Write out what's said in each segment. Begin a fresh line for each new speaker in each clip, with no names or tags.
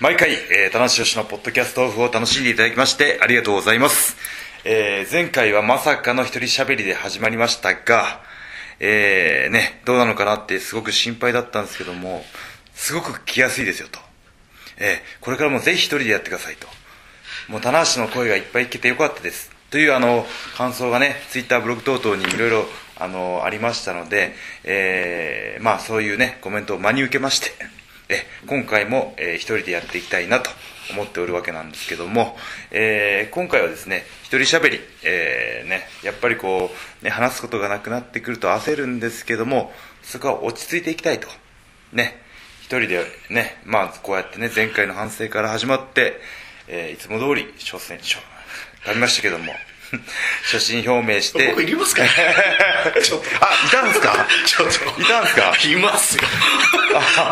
毎回、えー、田無氏のポッドキャストオフを楽しんでいただきましてありがとうございます、えー前回はまさかの一人喋りで始まりましたがえーねどうなのかなってすごく心配だったんですけどもすごく来やすいですよと、えーこれからもぜひ一人でやってくださいともう棚橋の声がいっぱい聞けてよかったですというあの感想がねツイッターブログ等々にいろいろあのありましたので、えーまあそういうねコメントを真に受けましてえ今回も、えー一人でやっていきたいなと思っておるわけなんですけども、えー今回はですね一人喋り、えーね、やっぱりこう、ね、話すことがなくなってくると焦るんですけどもそこは落ち着いていきたいとね一人でねまあこうやってね前回の反省から始まって、えーいつも通り挑戦しょ食べましたけども 初心表明して
僕いり ますかちょっと
あいたんですか
ちょっと
いたんですか
いますよ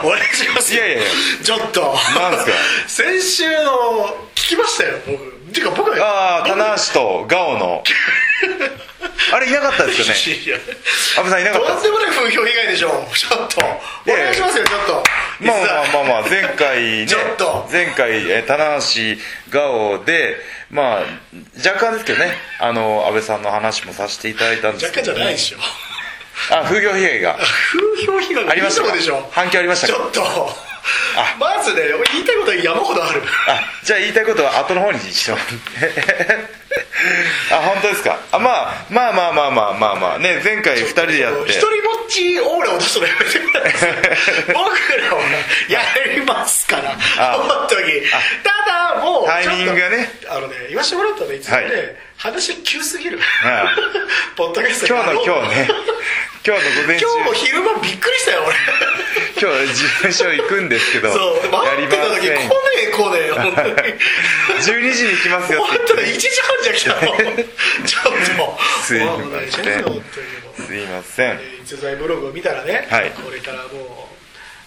お願いしますよ
いやいやいや
ちょっと
なんですか
先週の聞きましたよ僕てか僕
ああ棚橋とガオのあれいなかったですよね
いや
安部さんいなかった
とんでもない風評被害でしょちょっとお願いしますよちょっと
まあまあまあまあ前回ね
ちょっと
前回えー棚橋ガオでまあ若干ですけどねあの安倍さんの話もさせていただいたんです
若
け
干じ
ど
ゃないでしょ
あ風評被害が
風評被害が
ありましたか
いいとこでしょ
反響ありましたか
ちょっとまずね俺言いたいこと山ほどある
あじゃあ言いたいことは後の方にしよう あ本当ですかあ、まあ、まあまあまあまあまあまあね前回2人でやって
一人ぼっちオーラを出すのやめてくだ さい僕らはやりますから
あ
本当にただもう
タイミングがね
ちょっとあのね言わせてもらったのいつもね、
はい
話急すぎる、
はい
ポッドキャスト
今日の今日ね 今日の午前中
今日も昼間びっくりしたよ俺
今日事務所行くんですけど
そう待ってた時来ねえ来ねえ本 当に
12時に来ます
終
よ
わ
って
っ
言っ
たら
てね
1時半 じゃ来たのちょっともう
すいません
お願いしますよ本当にもう
すいません
逸材ブログを見たらね、
はい
これからもう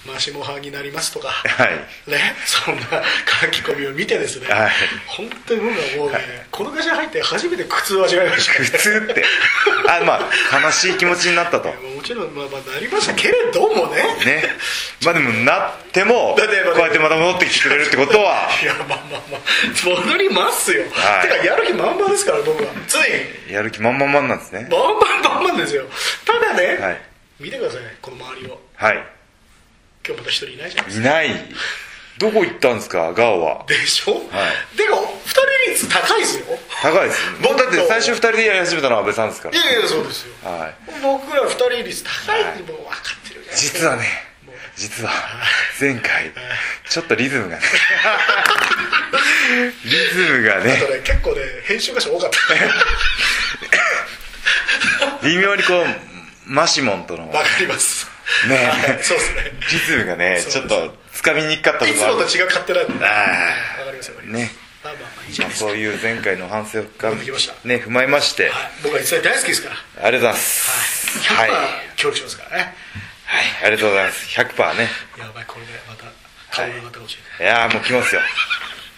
マシモハになりますとか、
はい
ね、そんな書き込みを見てですね、
はい
本当に僕はもうね、この会社に入って初めて苦痛を味わいました、ね、
普通ってあまあ悲しい気持ちになったとね
もちろん、まあ、まあなりましたけれどもね
まあでもなってもこ
だってまあ
うやってまた戻ってきてくれるってことはい
やまあまあまあ戻りますよ、
はい
てかやる気満々ですから僕はつい
やる気満々なんですね
満々満々ですよただね、
はい
見てくださいこの周りを
はい
今日また一人いないじゃないですか
いないどこ行ったんですかガオは
でしょ、てか2人率高いですよ
高いです僕だって最初2人でやり始めたのは安倍さんですか
いやいやそうですよ
らはい
僕ら2人率高いってもう分かってるよね
実はね実は前回ちょっとリズムがねリズムがね
あとね結構ね編集箇所多かったね
微妙にこうマシモンとの
わかります
ねえ
はいそうですね
リズムがね
そう
ちょっとつかみにくかった
い
と
つ
こあ
も
る
と違う勝手なんでわか
あ
りますわか
あ
ります
ね
まあまあまあいいじ
まあ
ゃないですか、
そ
は
う
い、
いう前回の反省を深
できました
ね踏まえまして
僕は一大好きですから
ありがとうございます
100%、
はい
協力しますからね
ありがとうございます100%ね
やばいこれでまた顔がまたかもし
いやーもう来ますよ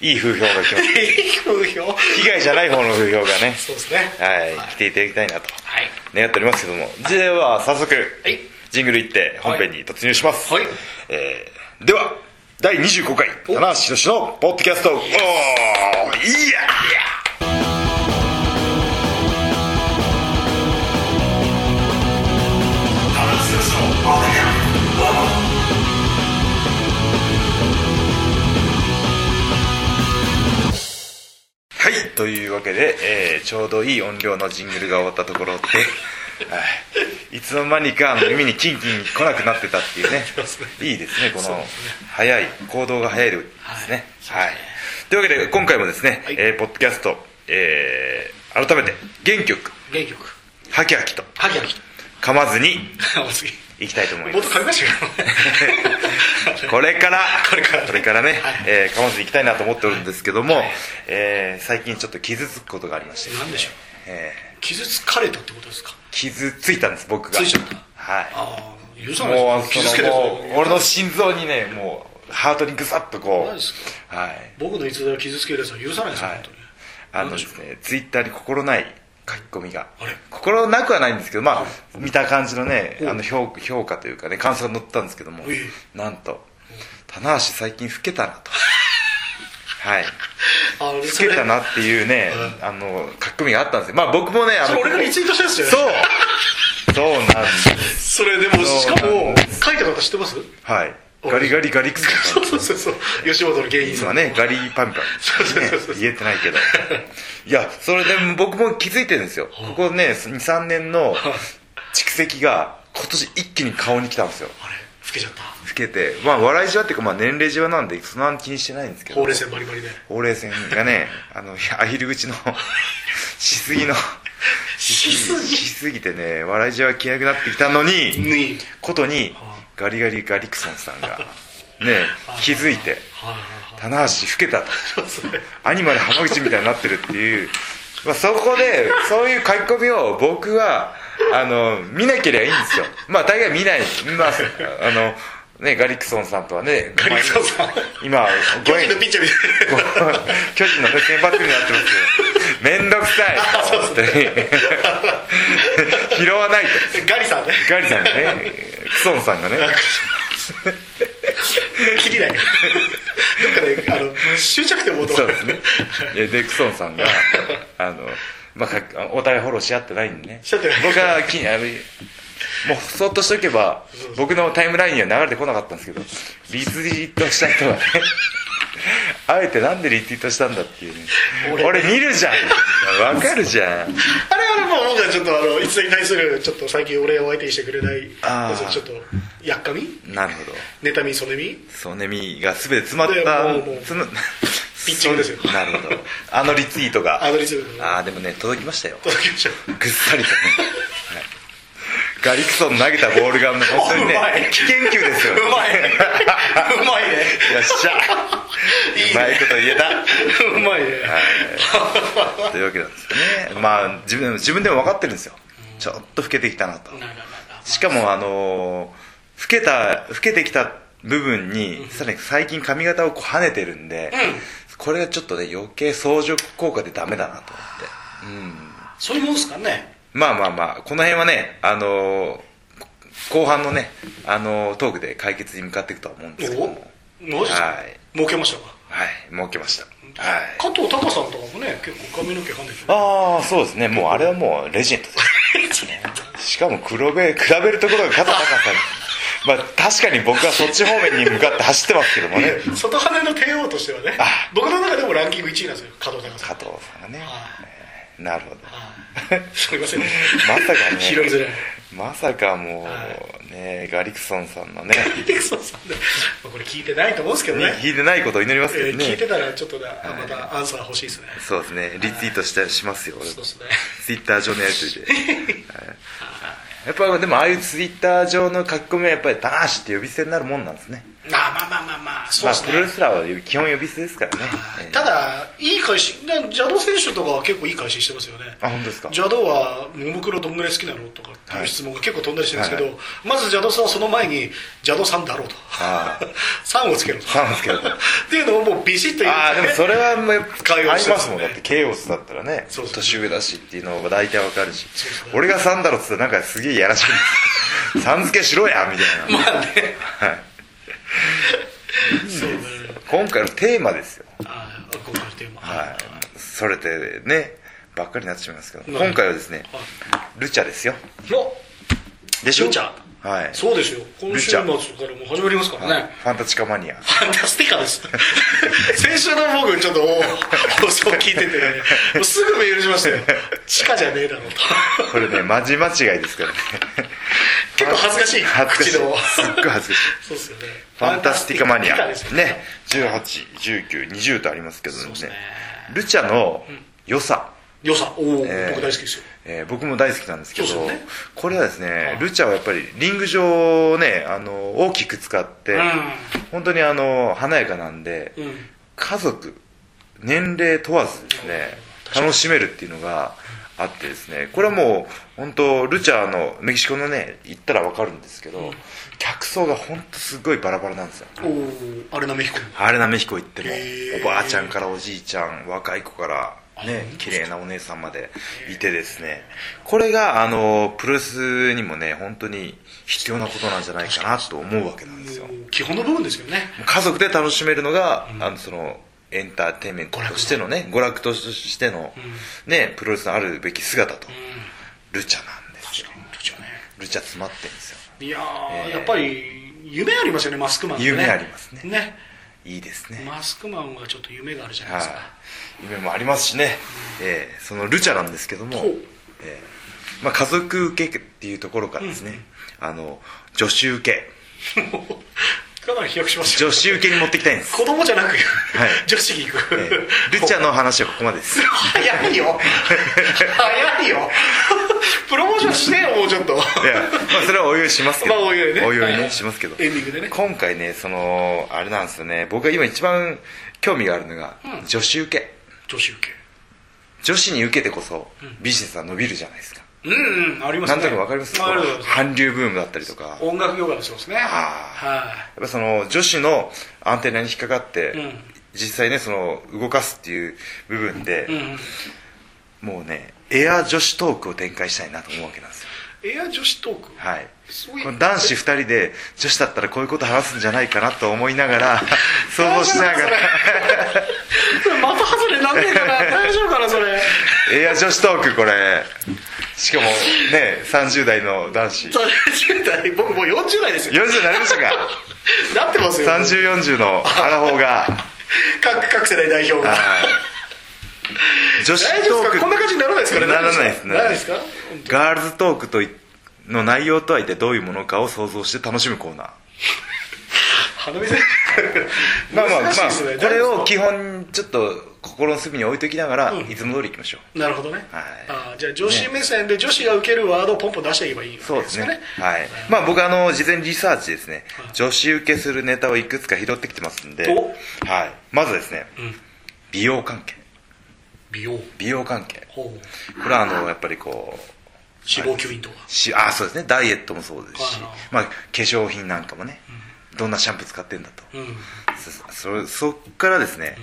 いい風評が来ます
れない、い、い風評
被害じゃない方の風評がね
そうですね
はい来ていただきたいなと
はい
願っておりますけどもでは早速
はい
ジングル行って本編に突入します、
はい
えーでは第25回
お
棚橋宏のポッドキャストおーいやはいというわけで、えーちょうどいい音量のジングルが終わったところではいいつの間にかあの耳にキンキン来なくなってたっていうね
すね
いいですねこ
そう
の
です
早い行動が早いですね
はい
はいというわけで今回もですね、
はい
えーポッドキャスト、えー改めて原曲
原曲
ハキハキと
ハキハキ
噛まずに
あ次
いきたいと思いま
もっと
す
噛みましたけどね
これから
これから
これからね、
はい
えー噛まずにいきたいなと思っておるんですけども、えー最近ちょっと傷つくことがありまして
何でしょう
え
傷つかれたってことですか
ー傷ついたんです僕が
ついちゃった
はい
ああ許さない
もう
です傷つ
そ
け
の
て
もう俺
の
の心臓にねもうハートにグサッとこ
何です
うはい
僕の逸材を傷つけるやつは許さないですよ、
はい
本
あのですねツイッターに心ない書き込みが
あれ
心なくはないんですけどまあ見た感じのね
うん
あの評評価というかね感想が載ったんですけども
え
なんと「棚橋最近老けたな」とはい
あれ
つ
そ
け
れ
たなっていうね、あの書き込みがあったんですよまあ僕もねあ
そ
の
れ俺がリツイートしたやつじゃない
そうそうなんです
それでもしか
そうな
も
んで
書いた方知ってます
はいガリガリガリクソさん
そうそうそうそう吉本の芸
い
人
つ
の
はねガリパンパ
そうそうそうそ
ン、
う
ね、言えてないけどいやそれでも僕も気づいてるんですよここね23年の蓄積が今年一気に顔に来たんですよ
あれ老けちゃった
老けてまあ笑いじわっていうかまあ年齢じわなんでそんな気にしてないんですけど
ほうれい線バリバリで
ほうれい線がね あのアヒル口の しすぎの
しすぎ
しすぎてね笑いじわ着なくなってきたのに
に
ことに
はあ
ガリガリガリクソンさんがね気づいて
はいはい
棚橋老けたと
はいそれ
アニマル浜口みたいになってるっていう、まあ、そこでそういう書き込みを僕はあの見なければいいんですよまあ大概見ないまああのねガリクソンさんとはね
ガリクソンさん
今ご
巨
縁
人のピッチャーみたいな
巨人の復戦バッテリーになってますけどめんどくさい本当に 拾わないと
ガリさんね
ガリさんがねクソンさんがね
切りないどっかであの終着点を持と
そうですねえでクソンさんがあの、まあ、かお互いフォローし合ってないんでね
し合ってない
僕はきあのもうそっとしとけば僕のタイムラインには流れてこなかったんですけどリツイートした人がねあえてなんでリツイートしたんだっていうね俺
俺
見るじゃんわかるじゃん
あれはもう僕はちょっとあの逸材に対するちょっと最近俺を相手にしてくれない
あー
ちょっとやっかみ
なるほど
妬みそねみ
そうねみが全て詰まった
でもうもう
つむ
ピッチングです よ
なるほどあのリツイートが
アドリズム
ああでもね届きましたよ
届きましょう
ぐっさりとね、ガリクソン投げたボールがもう本当にね
うまい
危険球ですよ
うまいねうまいね
よっしゃ
いいう
まい
ね
こと言えた
うまいね
というわけなんですよねまあ自分自分でも分かってるんですよちょっと老けてきたなと
なななな
しかもあのー老けた老けてきた部分にさらに最近髪型をこう跳ねてるんで、これがちょっとね余計相乗効果でダメだなと思って
そういうもんですかね
まあまあまあ、この辺はね、あのー後半のね、あのートークで解決に向かっていくとは思うんですけど
お
も。
マジですか
はい
儲けましたか
はい、儲けました。はい。
加藤隆さんとかもね結構髪の毛かんでる
ああ、そうですね。もうあれはもうレジェンドです。しかも黒べ、比べるところが肩高さに。まあ確かに僕はそっち方面に向かって走ってますけどもね。
外羽の帝王としてはね
あ
僕の中でもランキング1位なんですよ加藤隆さ
加
ん
藤さんがね。
はい
なるほど。
はいすみませんま
まさかね
拾いづらい
まさかも
は
う、ね、ガリクソンさんのね、
デクソンさんでまあこれ聞いてないと思うんですけどね
聞いてないことを祈ります
え
け
ー
ど
聞い
ね
て。たらちょっとねあまたアンサー欲しいですね
そうですね、リツイートしたしますよ、俺も
そうですね
ツイッター上のやつではいやっぱでもああいうツイッター上の書き込みはやっぱり「棚橋」って呼び捨てになるもんなんですね
まあまあまあまあまあそ
ま
うで
あ
す
プロレ
ね
スラーは基本呼び捨てですからね、ええ
ただいい返しな邪道選手とかは結構いい返ししてますよね
あ本当ですか
邪道はももクロどんぐらい好きなのとかっていう質問が結構飛んだりしてるんですけど、
は
まず邪道さんはその前に邪道さんだろうと
ああ
3をつけろと
さんをつけろと
っていうのをもうビシッと言う
ああでもそれはもうやっぱあ
会
り
話
ま
してますす
も
ね
んだってケイオスだったらね
そうそう
年上だしっていうのが大体わかるし
そうそう
俺がサンダロっつったらなんかすげえやらしいんですよ さん付けしろやみたいな、
まあね
はい、
そうね
今回のテーマですよ
ああ今回のテーマ
はいそれでねばっかりになってしまいますけど
はい
今回はですねルチャですよ
の
でしょ
ルチャ
はい
そうですよ今
ルチ
週末
ャ
からもう始まりますからね、
ファンタチカマニア
ファンタスティカです 先週の僕ちょっとお放送聞 いてて、もうすぐメールしましたよ地下じゃねえだろ うと
これねマジ間違いですからね
結構恥ずかしい
恥ずかしい
口の
すっごい恥ずかしい
そうっすよね
ファンタスティカマニア
ファンタスティカですよ
ね181920とありますけどもね
そうですね
ルチャの良さ、
良さおお、
えー
僕大好きですよ
えー僕も大好きなんですけど
そうですよね
これはですね
あ
ルチャはやっぱりリング上をねあの大きく使って、
うん
本当にあの華やかなんで、
うん
家族年齢問わずですね楽しめるっていうのがあってですねこれはもう本当ルチャーのメキシコのね行ったら分かるんですけど、客層が本当すごいバラバラなんですよ
おおあれなめひこ
あれなメヒコ行っても
へー
おばあちゃんからおじいちゃん若い子から
あ本
ね
当ですか
綺麗なお姉さんまでいてですねこれがあのプロレスにもね本当に必要なことなんじゃないかなと思うわけなんですよ
基本の部分ですよね
家族で楽しめるのが、あのそのエンターテインメントとしてのね、娯楽としての、ね、プロレスのあるべき姿と、ルチャなんですよ。ルチャ詰まってるんですよ。
いやー、やっぱり夢ありますよねマスクマンってね
夢ありますね
ね
いいですね。
マスクマンはちょっと夢があるじゃない
は
ですか、
い、夢もありますしね、えーそのルチャなんですけども、
ほう
えーまあ、家族受けっていうところからですね、あの女子受け
かなり飛躍しますよ
女子受けに持っていきたいんです、
子供じゃなく、
はい
女子に行く、
えールチャの話はここまで です
早いよ早いよプロモーションしてよもうちょっと
いや、まあ、それはお湯しますけど、
まあおいおいね
おいおいね
はい
しますけど
エンディングでね
今回ねそのあれなんですよね僕が今一番興味があるのが、
うん
女子受け
女子受
女子に受けてこそビジネスは伸びるじゃないですか、
けうんうんあります
なん
ね
となくわかります
あありがとうございま
韓流ブームだったりとか
す音楽業界もそうですね
あ
はい
やっぱその女子のアンテナに引っかかって、
うん
実際ねその動かすっていう部分で、
うんうん
もうねエア女子トークを展開したいなと思うわけなんですよ
エア女子トーク
はい
そういう
この男子2人で女子だったらこういうこと話すんじゃないかなと思いなが ら想像しながら
また外れなんねえかな大丈夫かなそれ
エア女子トークこれしかもね30代の男子40
30代僕もう40代ですよ
になりましたか
なってますよ
3040のアラフォーが
各各世代代表が
はい女子
大丈
ト
夫ですかこん
ー
な感じにならないですかね
ならないです
ならないですか
クガールズトークといの内容とは一体どういうものかを想像して楽しむコーナー
花見せ
まあまあまあ
難しいですね
これ
大丈夫
を
で
基
す
本ちょっと心の隅に置いときながら、いつも通りいきましょ
かなるほどね
はい
あーじゃあ女子目線で女子が受けるワードをポンポン出していけばいいわ
う
け
そう
で
ですす
よ
ね
ね
はいまあ僕あの事前リサーチですね
はい
女子受けするネタをいくつか拾ってきてますんで、
お
はい、まずですね、
ん
美容関係
美容
美容関係
ほう
これはあのやっぱりこう
脂肪吸引とか
しあそうですねダイエットもそうですし
はい、
まあ、化粧品なんかもね、どんなシャンプー使ってんだと、
うん
そそれそっからですね、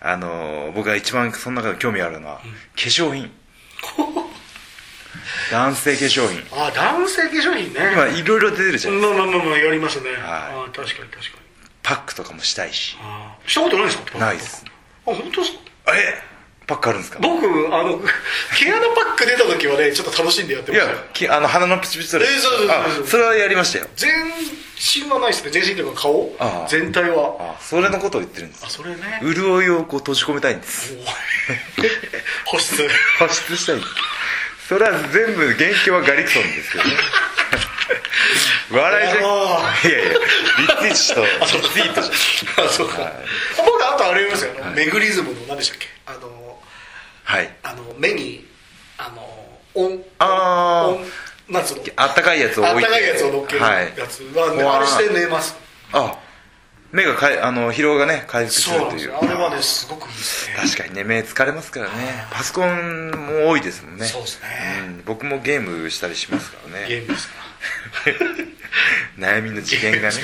あのー僕が一番その中で興味あるのは、化粧品男性化粧品
あ男性化粧品ね
今いろいろ出てるじゃん、
まあまあまあまあやりますねあ
は
ー確かに確かに
パックとかもしたいし
あーしたことないですか
ないです
あ本当ですか
えパックあるんですか
僕あの毛穴パック出た時はねちょっと楽しんでやって
い
まし
や
たよ
きあの鼻のプチプチ取れ
えーそうそうそうそう
あそれはやりましたよ
全身はないですね全身というか顔
ああ
全体は
あそれのことを言ってるんです
あそれね
潤いをこう閉じ込めたいんです
おい 保湿
発出したいんですそれは全部元凶はガリクソンです けどね笑いじゃい
あ
やいやリツイートしとリツイートし
あそうか、僕あとあれ言いますよあの、メグリズムの何でしたっけあの
はい
あの目にあの音
あー
音なんつうの
あったかいやつを
あ
置
っ
いて
たかいやつを乗っける
はい
やつは、ね
うわー
あれして寝ます
あ目がかいあの疲労がね回復す
そ
る
うなん
と
です
いう
よあれはねすごくいいですね
確かにね目疲れますからねパソコンも多いですもんね
そうですね
うん僕もゲームしたりしますから
ゲ
ね
ームですか
悩みの次元がね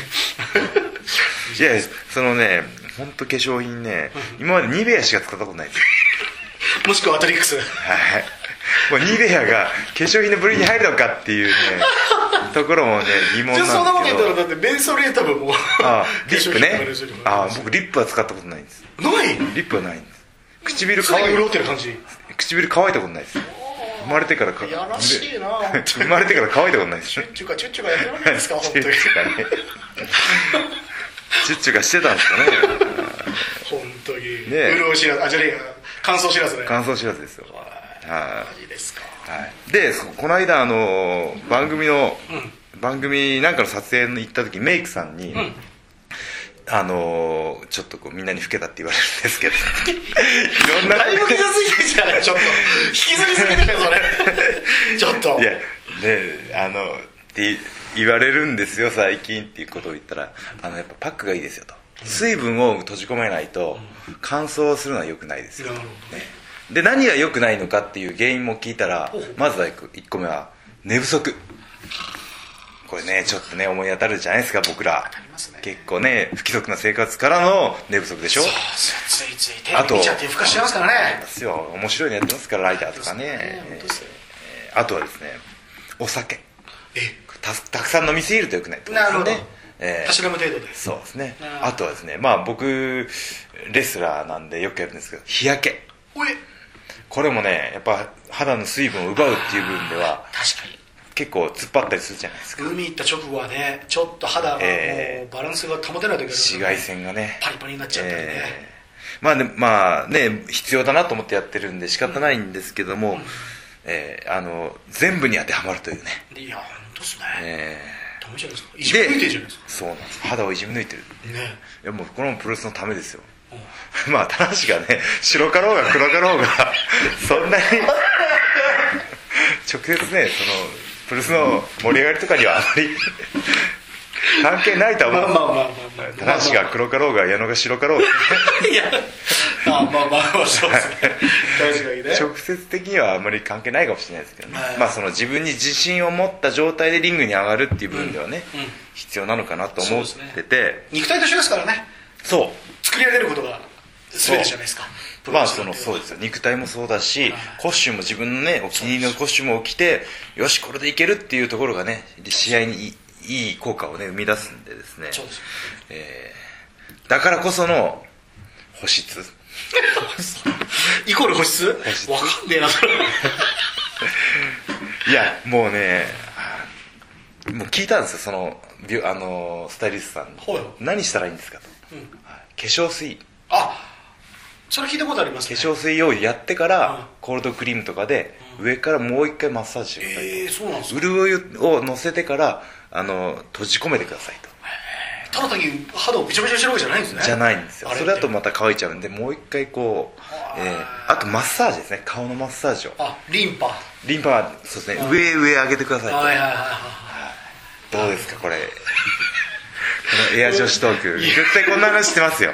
いやそのね本当化粧品ね今までニベアしか使ったことないです
らもしくはアトリックス
はいもうニベアが化粧品の部類に入るのかっていう ねところもね疑問
じゃあそんな
な
こ
ん
と
で
言
す
っ
け
た
ど
らだってベンソリータブも
あリップね
化粧品とか
あ
ね
僕リップは使ったことないんです
ない
リップはないんです唇
常
乾
に
い
潤ってる感じ
唇乾いたことないです生まれてからか
やらしいな本当に
生まれてから乾いたことないです
チュッチュかチュッチュかやってないんですか本当に
チュッチュがねチュッチュがしてたんですかね
本当に
え
潤い知らずあじゃねえや乾燥知らずね
乾燥知らずですよ
マジですか
はい、でそこの間あの番組の、番組なんかの撮影に行った時メイクさんに、あのちょっとこうみんなに老けたって言われるんですけど いろんな
だいぶ傷ついてるじゃ ないちょっと引きずりすぎでしょそれちょっと
いやねあのって言われるんですよ最近っていうことを言ったらあのやっぱパックがいいですよと水分を閉じ込めないと乾燥するのは良くないですよ
なるほどね
で何が良くないのかっていう原因も聞いたら
おう
まずは1個目は寝不足これねちょっとね思い当たるじゃないですか僕ら
りますね
結構ね不規則な生活からの寝不足でしょ
そうそうついついテ
あ
レ
と
ビ見ちゃって夜更かしちゃいますからね
ですよ面白いのやってますからライターとかね
本当ですよ
えーあとはですねお酒
え
たたくさん飲みすぎると良くないってこと
なるほど
ですよねえー
たしなむ程度で
そうですね
あー
あとはですねまあ僕レスラーなんでよくやるんですけど日焼け
おえ
これもねやっぱ肌の水分を奪うっていう部分では
確かに
結構突っ張ったりするじゃないですか
海行った直後はねちょっと肌がもう
え
バランスが保てない時あるからね
紫外線がね
パリパリになっちゃうんだよね
えーまあねまあね必要だなと思ってやってるんで仕方ないんですけども、えーあの全部に当てはまるというね、
いや本当っすね、
え
ダメじゃないですか
ー
いじめ抜いてるじゃないですか
そうなんです肌をいじめ抜いてる
ね
いやもうこれもプロレスのためですよ
うん
まあ田橋がね白かろうが黒かろうが そんなに 直接ねそのプロレスの盛り上がりとかにはあまり 関係ないとは
まあまあまあまあ
思う
まあ
田橋が黒かろうが矢野が白か ろうが
いやまあまあまあま あそうですね確かにね
直接的にはあまり関係ないかもしれないですけどね、
はい
まあその自分に自信を持った状態でリングに上がるっていう部分ではね、
うんうん
必要なのかなと思っ
そう
て
で
て
肉体と一緒ですからね
そう,、
作り上げることが全てじゃないですか
まあそのそう
う
ですよ肉体もそうだし、コスチューム自分のねお気に入りのコスチュームを着てよしこれでいけるっていうところがね試合にいいいい効果をね生み出すんでですね
そうです
えーだからこその保湿
イコール保湿わ
湿
かんねえなそれ
いやもうねあーもう聞いたんですよそのびゅあのースタイリストさんに
ほうよ
何したらいいんですかと、
うん
はい化粧水化
あそれ聞いたことありますね
粧水用意やってから、
うん
コールドクリームとかで、上からもう一回マッサージしてくださいと、
ええそうなんですか
潤いを乗せてからあの閉じ込めてくださいと
ただ単に肌をびちょびちょにしてるわけじゃないんですね
じゃないんですよ
あって
それだとまた乾いちゃうんでもう一回こう
は、あ
えーあとマッサージですね顔のマッサージを
あリンパは
リンパはそうですね、
うん
上へ上へ上げてくださ
い
い
はい
と
はい
ど
は
うですかこれ このエア女子トーク絶対こんな話してますよ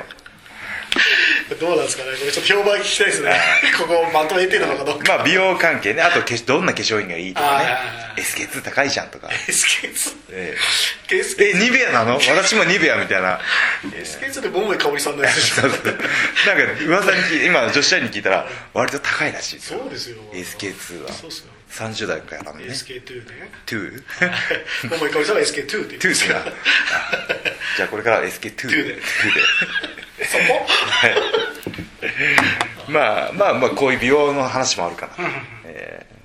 いどうなんですかねこれちょっと評判聞きたい ですねここをまとめてるのかどうか
まあ美容関係ねあとけどんな化粧品がいいとかね
あー
SK2 高いじゃんとか
エスケーツ
え
エス
え
ケ
えニベアなの私もニベアみたい な
エスケーツって桃井かおりさんのやつでしょ
そうそうなんか噂に聞い今女子社員に聞いたら割と高いらしいですよ
そうですよ
SK2 は
そうっすよ
30代からのね
SK2 ね
2?2
桃井かおりさんは SK2 って言うんです
か
よ
な じゃあこれからは SK2
で
で
そこ
まあまあまあこういう美容の話もあるかな、えー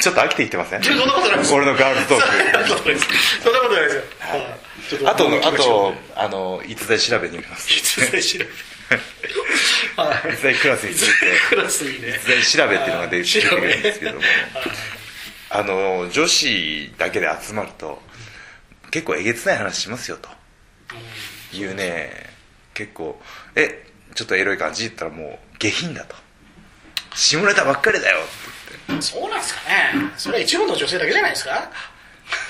ちょっと飽きてきてません
そんなことないです
俺のガールズトーク
そんなことないですそんなことないですよはいちょっ
あと
もう聞き
あ
ましょう
とあの逸材調べによります
実 在知らんはい
逸材クラスについて
クラスいいね
逸材調べっていうのが出てくるんですけども
調
あの女子だけで集まると結構えげつない話しますよというね結構えちょっとエロい感じって言ったらもう下品だと下ネタばっかりだよ
べそうなんですかねそれは一部の女性だけじゃないですか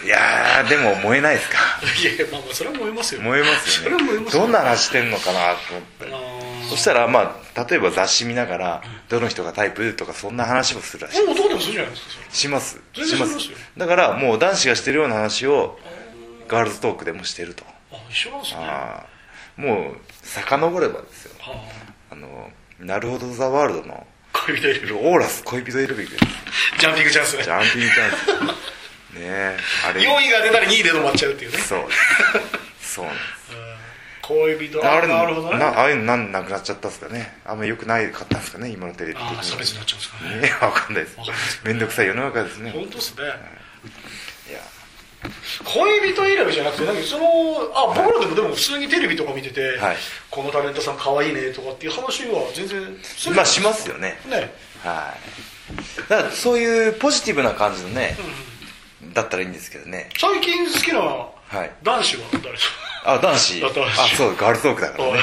いやーでも燃えないですか
いやいやまあまあそれは思いますよ
燃えますよ
それは
ね
燃えますよ
どんな話してんのかなと思って
あの
そしたらまあ例えば雑誌見ながらどの人がタイプとかそんな話もするらしい
ーもう男でもそうじゃないですかそれ
します
全然
しま
しますすよ
だからもう男子がしてるような話をガールズトークでもしてると
あ一緒なんですねあ
ああもう遡ればですよ
ー
あのなるほどザワールドの
恋人いる
オーラス恋人エルビック
ジャンピングチャンスね
ジャンピングチャンスねえあれ
4位が出たら2位で止まっちゃうっていうね
そうそうなんです
恋人
あ
あ
れ
なるほどね
なああいうのなんなくなっちゃったんですかねあんまよくないかったんですかね今のテレビ的
ああ差別に
に
なっちゃうんですかね
ね わかんないです
わかんないです
めんどくさい世の中ですね
本当っすね
いや
恋人選びじゃなくてなんかそのあ僕らでもでも普通にテレビとか見てて、
はい
このタレントさん可愛いねとかっていう話は全然する
まあしますよね
ね
はいだからそういうポジティブな感じのね、だったらいいんですけどね
最近好き
い
な男子は誰ですか、
あ男子
あ男子
あそうガールズトークだからね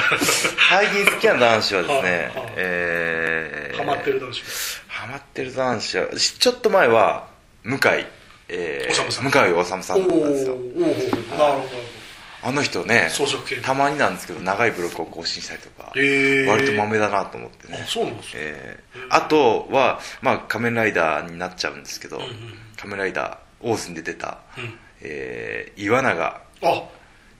最近好きな男子はですね
はいはい
えー、
ハマってる男子
ハマってる男子はしちょっと前は向井え
治さ
向
ん
井治さんだ
お
っ
お
たんですよ
ーおーなるほど
あの人ね
装飾系の
たまになんですけど長いブロックを更新したりとか、
へー
割とマメだなと思ってね
あそうなんですね
えーあとは、まあ、仮面ライダーになっちゃうんですけど、仮面ライダーオースに出てた、
うん
えー岩永
あ伊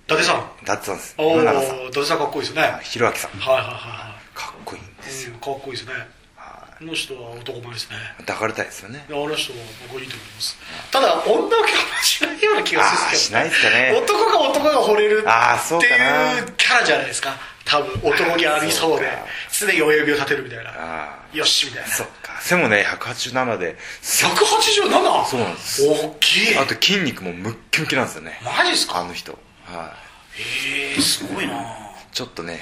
達さん
だったんです
おお
岩
伊
永さん
達さんかっこいいですねはい
弘明さん
はいはいは
かっこいいんで
い
す
う
よ
んかっこいいですね
は
この人は男前ですね
抱かれたいですよね
いやあの人は僕はいいと思いますただ女受けはしないような気が
あー
す
し
る
なんい
で
っ
す
すか
けど、
ね
男が男が惚れるっていう
あーそうかな
キャラじゃないですか多分男気ありそうで
あーそうか
常に親指を立てるみたいな
あ
よしみたいな
あそっか背もね187で
187?
そうなんです
大きい
あと筋肉もムッキムキなんですよね
マジっすか
あの人はい
えー、すごいなあ
ちょっとね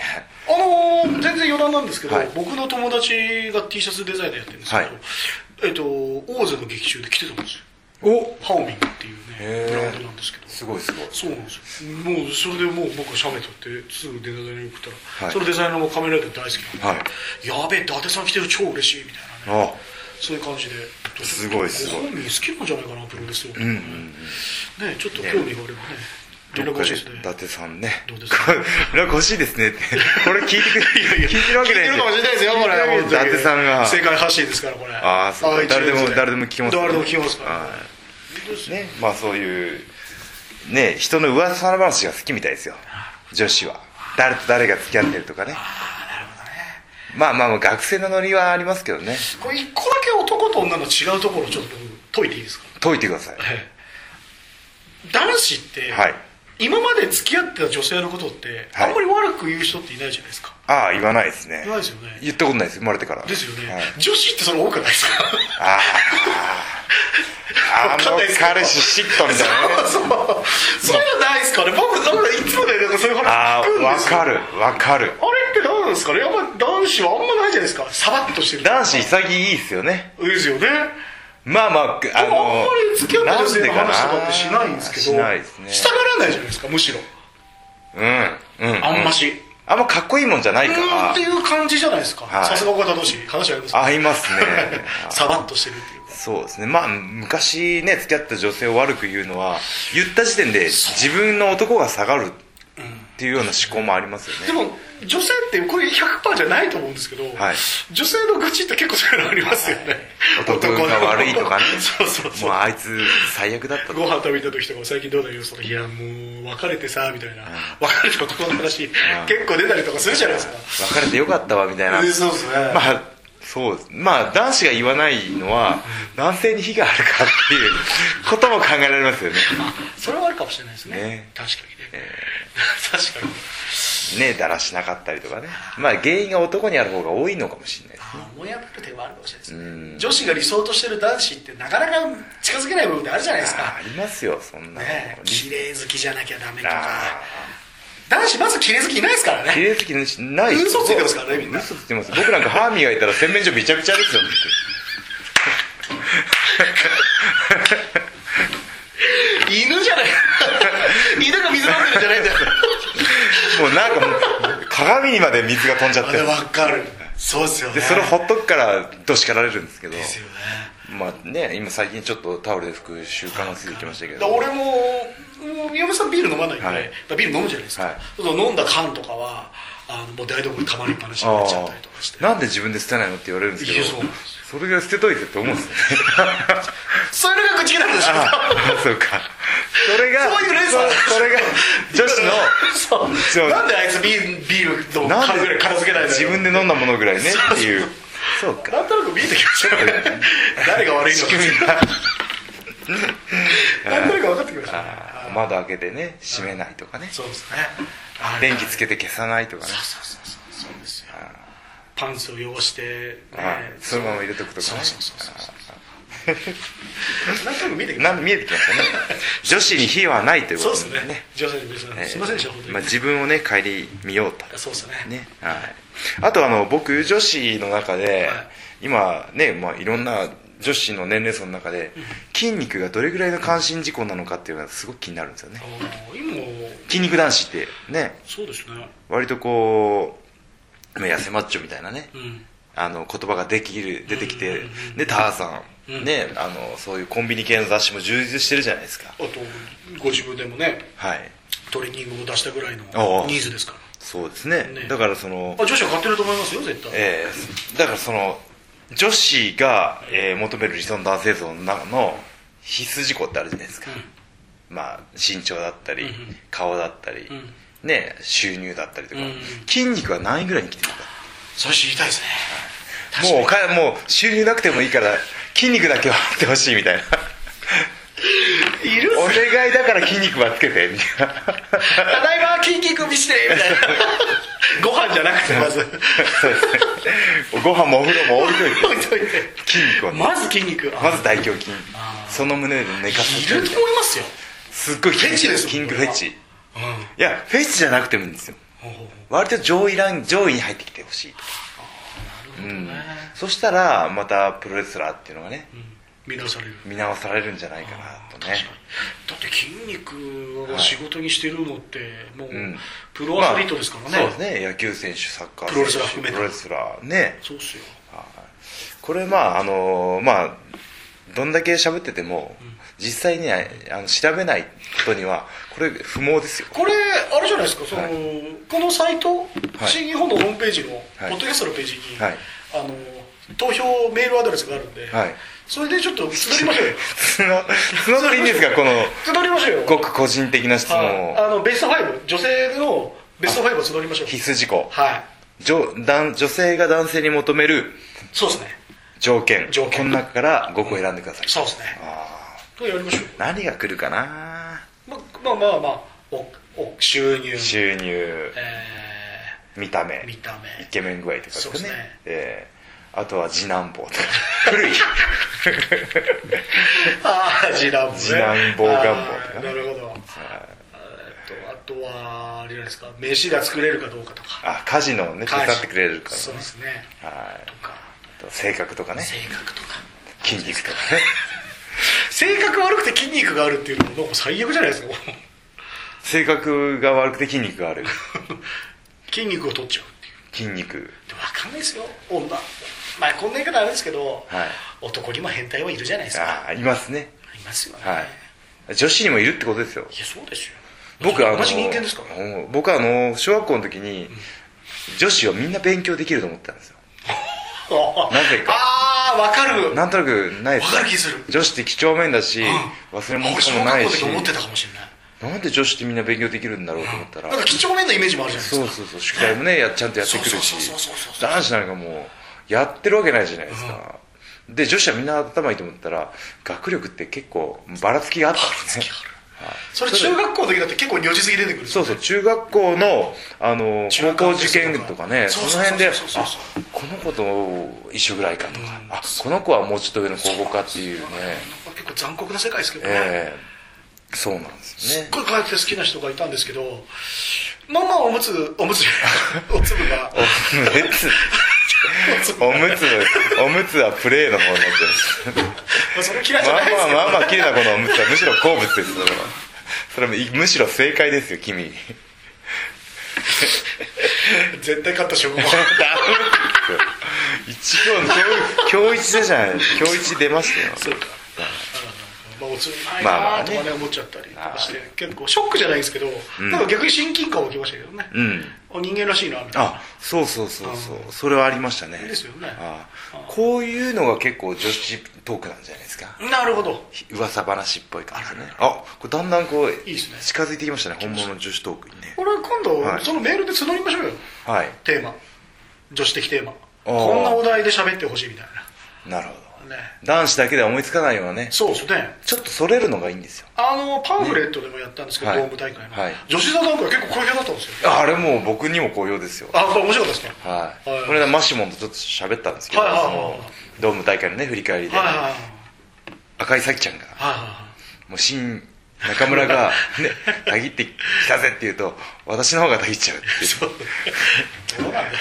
のー、全然余談なんですけど、
はい
僕の友達が T シャツデザイナーやってるんですけど、
はい
えっと王者の劇中で着てたんですよ
お
ハオミングっていう
へ
ね
ー
ブランドなんですけど
すごいすごい
そうなんですよもうそれでもう僕は写メ撮ってすぐデザイナーに送ったら、
はい
そのデザイナーもカメラで大好きなんで
は、
やべえ伊達さん来てる超嬉しいみたいなね
あ
そういう感じです
ごいすごい
本人好きなんじゃないかなプロレスとかね,、
うんうん
ちょっと興味があればね連
ど
絡
っ
欲
か
しい
で伊
ですね
達さんね
どうです
こ
か
れ連絡欲しいですねってこれ聞いてくれ
いやいや
聞いてるわけない
聞いてるかもしれないですよこれ
伊達さんが
正解発信ですからこれ
ああそう
一応
誰でも
すね
誰でも聞きます
誰でも聞きますから、
はい
本当ですよ
ねまあそういうね人の噂話が好きみたいですよ女子は誰と誰が付き合ってるとかねまあまあまあ学生のノリはありますけどね
これ一個だけ男と女の違うところをちょっと解いていいですか
解いてください
男子って、
はい
今まで付き合ってた女性のことって、
はい
あんまり悪く言う人っていないじゃないですか
ああ言わないですね
言わないですよね
言ったことないです生まれてから
ですよね、
はい
女子ってそれ多くないです か
あああ
わかん
の
ないですけど
彼氏嫉妬みたいなね
そうそうそういうのないですかね僕なんかいつもねなんかそういう
あ
話聞くん
あわ
ですよ
かるわかる
あれって何なんですかねやっぱり男子はあんまないじゃないですかサバッとしてる
男子潔いですよね
ですよね
まあまあ
あ
あ
んまり付き合った女性の
なんで
話と
な
かってしないんですけど
しないですね
したがらないじゃないですかむしろ
うんうん
あんまし、
あんまかっこいいもんじゃないうか
ーん
ら
っていう感じじゃないですか
はい
さすが岡田同士話あります
合い ますね
サバッとしてるっていうか
そうですねまあ昔ね付き合った女性を悪く言うのは言った時点で自分の男が下がるっていうような思考もありますよね
でも女性ってこれ100%じゃないと思うんですけど、
はい
女性の愚痴って結構そういうのありますよね、
男が悪いとかね
そうそうそう
もうあいつ最悪だったと
ご飯食べた時とかも最近どうだよそのいやもう別れてさみたいな、別れて男の話、結構出たりとかするじゃないですか、
別れてよかったわみたいな
えそうですね、
まあそうですまあ男子が言わないのは男性に非があるかっていうことも考えられますよね
それはあるかもしれないですね
ね
確かにね、確かに
ねだらしなかったりとかねまあ原因が男にある方が多いのかもしれないです
あー思い当たる点はあるかもしれないですね、女子が理想としてる男子ってなかなか近づけない部分ってあるじゃないですか
あありますよそんなの
ねえ綺麗好きじゃなきゃダメとか
ああ
男子まず綺麗好きいないですから
綺
ね
麗好きない
嘘ついてますからねみんな
嘘ついてます僕なんか歯磨いたら洗面所びちゃびちゃですよ
犬 じゃない犬が水飲んでるんじゃないんだよ
もうなんかもう鏡にまで水が飛んじゃっ
あ
て
れ分かるそうですよね
でそれをほっとくからどしかられるんですけど
ですよね
まあね今最近ちょっとタオルで拭く習慣がついてきましたけ
だ
ど
から俺ももう嫁さんビール飲まないんで、
はい
だからビール飲むじゃないですか、
はい
そうすると飲んだ缶とかはあのもう台所にたまりっぱなしになっちゃったりとかして
ああなんで自分で捨てないのって言われるんですけ
い
ど
やそうなんです
それが捨てといてって思うんですね
それが口になるでしょ
ああ そうかそれが
そういう連鎖
そそれが女子の
そう
そう
なんであいつビールビールの缶ぐらい片付けないのよ
自分で飲んだものぐらいねっていうそうか
なんとなく見えてきましたよね誰が悪いの
仕
か
組みが
なんとなく分かってきましたね
あー窓開けてね閉めないとかね
そうですねあれ
電気つけて消さないとかね
そうそうそうそうですよパンツを汚して、
あーそのまま入れとくとか
そう
ね
そうそうそうなんとなく見えてきまし
なん見えてきま したね女子に非はないという
た
こ
そう
と
です
なんで
ね女性の皆さんすいませんでした
えー
本当に
まあ、自分をね顧みようと
そうですね
ね、はい、あとあの僕女子の中で、
はい
今ね、まあ、いろんな女子の年齢層の中で筋肉がどれぐらいの関心事項なのかっていうのがすごく気になるんですよね
あー今も
筋肉男子ってね
そうですね
割とこうまあ痩せマッチョみたいなね
うん
あの言葉ができる出てき
うん
て
うんうん
でターザン、
うん
ねあのそういうコンビニ系の雑誌も充実してるじゃないですか
あとご自分でもね
はい
トレーニングを出したぐらいの
ああ
ニーズですから
そうですね
ね
だからその
あ女子は買ってると思いますよ絶対、
えーだからその女子が、えー求める理想の男性像の中の必須事項ってあるじゃないですか、まあ身長だったり、
うんうん
顔だったり、
うん
ね収入だったりとか、
うんうん
筋肉は何位ぐらいに来てるか
それ知りたいですね
もうお金もう収入なくてもいいから筋肉だけはあってほしいみ たいな
いる
お願いだから筋肉はつけてみたい な
ただいま筋肉見してみた いなご飯じゃなくてまず
そうですねご飯もお風呂も置いとい
置いといて
て筋肉をね
まず筋肉
まず大胸筋その胸で寝か
い
せて
る
み
と
たい
思
ない
ますよ
すっごい筋
フェチですよ
筋肉
こ
フ
れは
ェチい
うん
やフェチじゃなくてもいいんですよ割と上位ライン上位に入ってきてほしいうんそしたらまたプロレスラーっていうのがね
見直される
見直されるんじゃないかなとね
だって筋肉を仕事にしてるのってもう
うん
プロアスリートですから
ま
ね、
あそうですね野球選手サッカー選手
プロレスラー含めて
プロレスラーね
そうっすよ
これまああのまあどんだけ喋ってても、実際にはあの調べないことにはこれ不毛ですよ
これあれじゃないですかその、
はい
このサイト、
い
新日本のホームページのポ
は
ッ
い
ドキャストのページに、
はい
あの投票メールアドレスがあるんで、
はい
それでちょっとつなりましょうよ
角取りいいんですかこの
つなりましょうよ
ごく個人的な質問
はい
を
あのベスト5女性のベスト5を募りましょう
必須事項
はい
女男女性が男性に求める
そうですね
条件
条件
この中から5個選んでください、
そうですね
あ
とやりましょう
ー何が来るかな
ままあまあまあおお収入
収入
え
見た目
ー、見た目
イケメン具合とかです
そう
か
で
ね
すね
えーあとは次男坊とか 古い
あ あ次男坊ね
次男坊願望とか
あーなるほどえーっとあとはあれじゃないですか飯が作れるかどうかとか
あ家事のね手伝ってくれるから、
そうですね
はい
とか
あと性格とかね
性格とか
筋肉とかね
性格悪くて筋肉があるっていうのもなんか最悪じゃないですか もう
性格が悪くて筋肉がある
筋肉を取っちゃうっていう
筋肉
でもわかんないですよ女まあこんな言い方あるんですけど、
はい
男にも変態はいるじゃないですか
ああいますね
いますよね、
はい女子にもいるってことですよ
いやそうですよ
僕あの
同じ人間ですから
うん僕あの小学校の時に女子はみんな勉強できると思ってたんですよ
あ
なぜか
ああわかる
なんとなくないです
わかる気する
女子って几帳面だし、
うん
忘れ物とかもない
僕
し
小学校の時思ってたかもしれない
なんで女子ってみんな勉強できるんだろうと思ったら、
なんか几帳面なイメージもあるじゃないです
そ
か
うそうそう宿題もねやちゃんとやってくるし
そうそうそうそうそう
男子なんかもうやってるわけないじゃないですか、で女子はみんな頭いいと思ったら学力って結構ばらつきがあったんですね
それ中学校の時だって結構如実に出てくる
そうそう中学校のあの
中学
高校
校
受験とかね
そう
そ
そうそう
の辺であ
そうそうそう
この子と一緒ぐらいかとか、
うん
あこの子はもうちょっと上の高校かっていうね
結構残酷な世界ですけどね、
ええそうなんです
す
よ
っ
ね
ごい科学て好きな人がいたんですけどまあまあおむつおむつ おつぶが
おむつおむつおむつはプレーの方になってます
まあそれ嫌いじゃ
まあ
ないですけど、
まあまあまあ綺麗なこのおむつはむしろ好物ですそれはそれもいむしろ正解ですよ君
絶対勝った瞬間
一応今日今日一だじゃない今日一出ましたよ
そうかまあおつぶないなーとかね思っちゃったりとかして結構ショックじゃないですけど、なんか逆に親近感起きましたけどね、
うん
お人間らしいなみたいな
あそうそうそうそうそれはありましたね
ですよね
ああこういうのが結構女子トークなんじゃないですか
なるほど
噂話っぽい感じねあこれだんだんこう
いいですね
近づいてきましたね本物の女子トークにね
これ今度、
はい
そのメールで募りましょうよ
はい
テーマ女子的テーマ
ー
こんなお題で喋ってほしいみたい
なるほ
なね
ど男子だけでは思いつかないようなね
そうですね
ちょっとそれるのがいいんですよ
あのパンフレットでもやったんですけど、
ね
ドーム大会の、
はい
女子座なんか結構好評だったんですよ
ああれもう僕にも好評ですよ
あこれ面白かったですね
はい、
はい
これでマシモンとちょっと喋ったんですけど、
はいはい
そ
はいはい
のドーム大会のね振り返りで、
はいはいはい
赤井咲ちゃんが
はい
もう新中村 が「ねたぎってきたぜ」って言うと私の方がたぎっちゃうっていう
そうどうなんだよ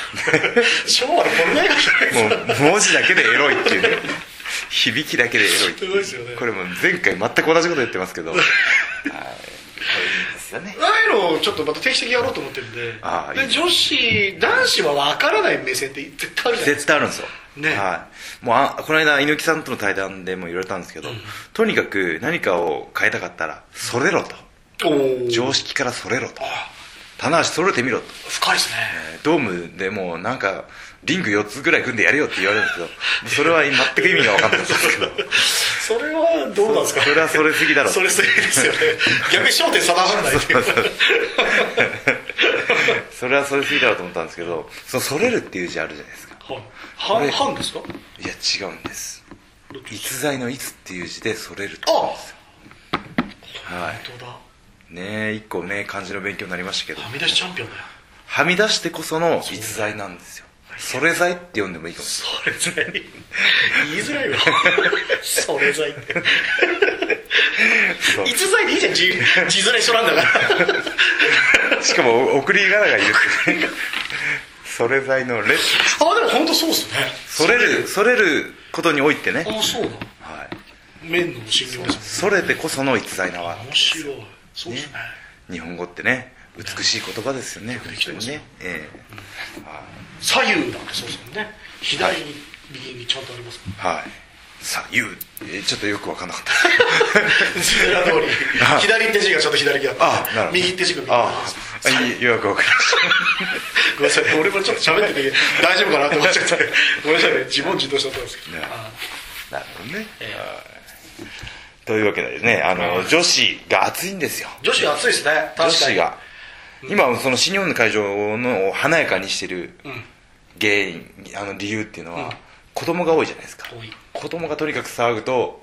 昭和のこんな映画じゃないですか
もう文字だけでエロいっていうね響きだけでエロいって
すごいですよね
これもう前回全く同じこと言ってます けどはいこれいいですよね
ああいうのをちょっとまた定期的にやろうと思ってるんで
ああいい
で女子男子は分からない目線って絶対あるじゃないです
絶対あるんですよ、
ね
はい、もうあこの間猪木さんとの対談でも言われたんですけど、とにかく何かを変えたかったらそれろと
かおー
常識からそれろと
あ
棚橋それてみろと
深いですね
ドームでもうなんかリング4つぐらい組んでやれよって言われるんですけどそ れは全く意味が分かんないんですけど
それはどうなんですか
それはそれすぎだろう
そ れすぎですよね逆に焦点定まらないっていう
それはそれすぎだろうと思ったんですけどそのそれるっていう字あるじゃないですか
はいは
これ
ん半ですか
いや違うんです
どっちです
逸材の「逸」っていう字でそれると
あ
は
本当だ
いねえ一個ね漢字の勉強になりましたけど
はみ出しチャンピオンだよ
はみ出してこその逸材なんですよそれ材って呼んでもいいかもし
それぞれに言い づらいわそれぞれって
れない
逸材でいいじゃん字字面一緒なん だから
そうしかもお送り仮名がいるっていうねそれ材の「れ」
あでも本当そうっすね
それるそれることにおいてね
ああそうだ
はい
麺の診療です
それでこその逸材なわ
面白いそうですね
日本語ってね美しい言葉ですよね
できてますよ
ねええはい
左右だってそうですもんね左に右にちゃんとありますもん
はい。さあ、言う。えーちょっとよくわかんなかった。
字面通り左って字がちょっと左 だった右って字が右だ
あ
っ
あ、
た
いいよくわかりまし
ごめんなさい俺もちょっと喋ってて大丈夫かなと思っち ゃってごめんなさいね自問自答しちゃったんですけど
ね
あ
た。なるほどね。はい
ええ
というわけでね、あの、
うん
女子が熱いんですよ。
女子暑いですね確か
女
に
子が。今、その新日本の会場の華やかにしてる
うん
原因、あの理由っていうのは、
うん
子供が多いじゃないですか
多い。
子供がとにかく騒ぐと、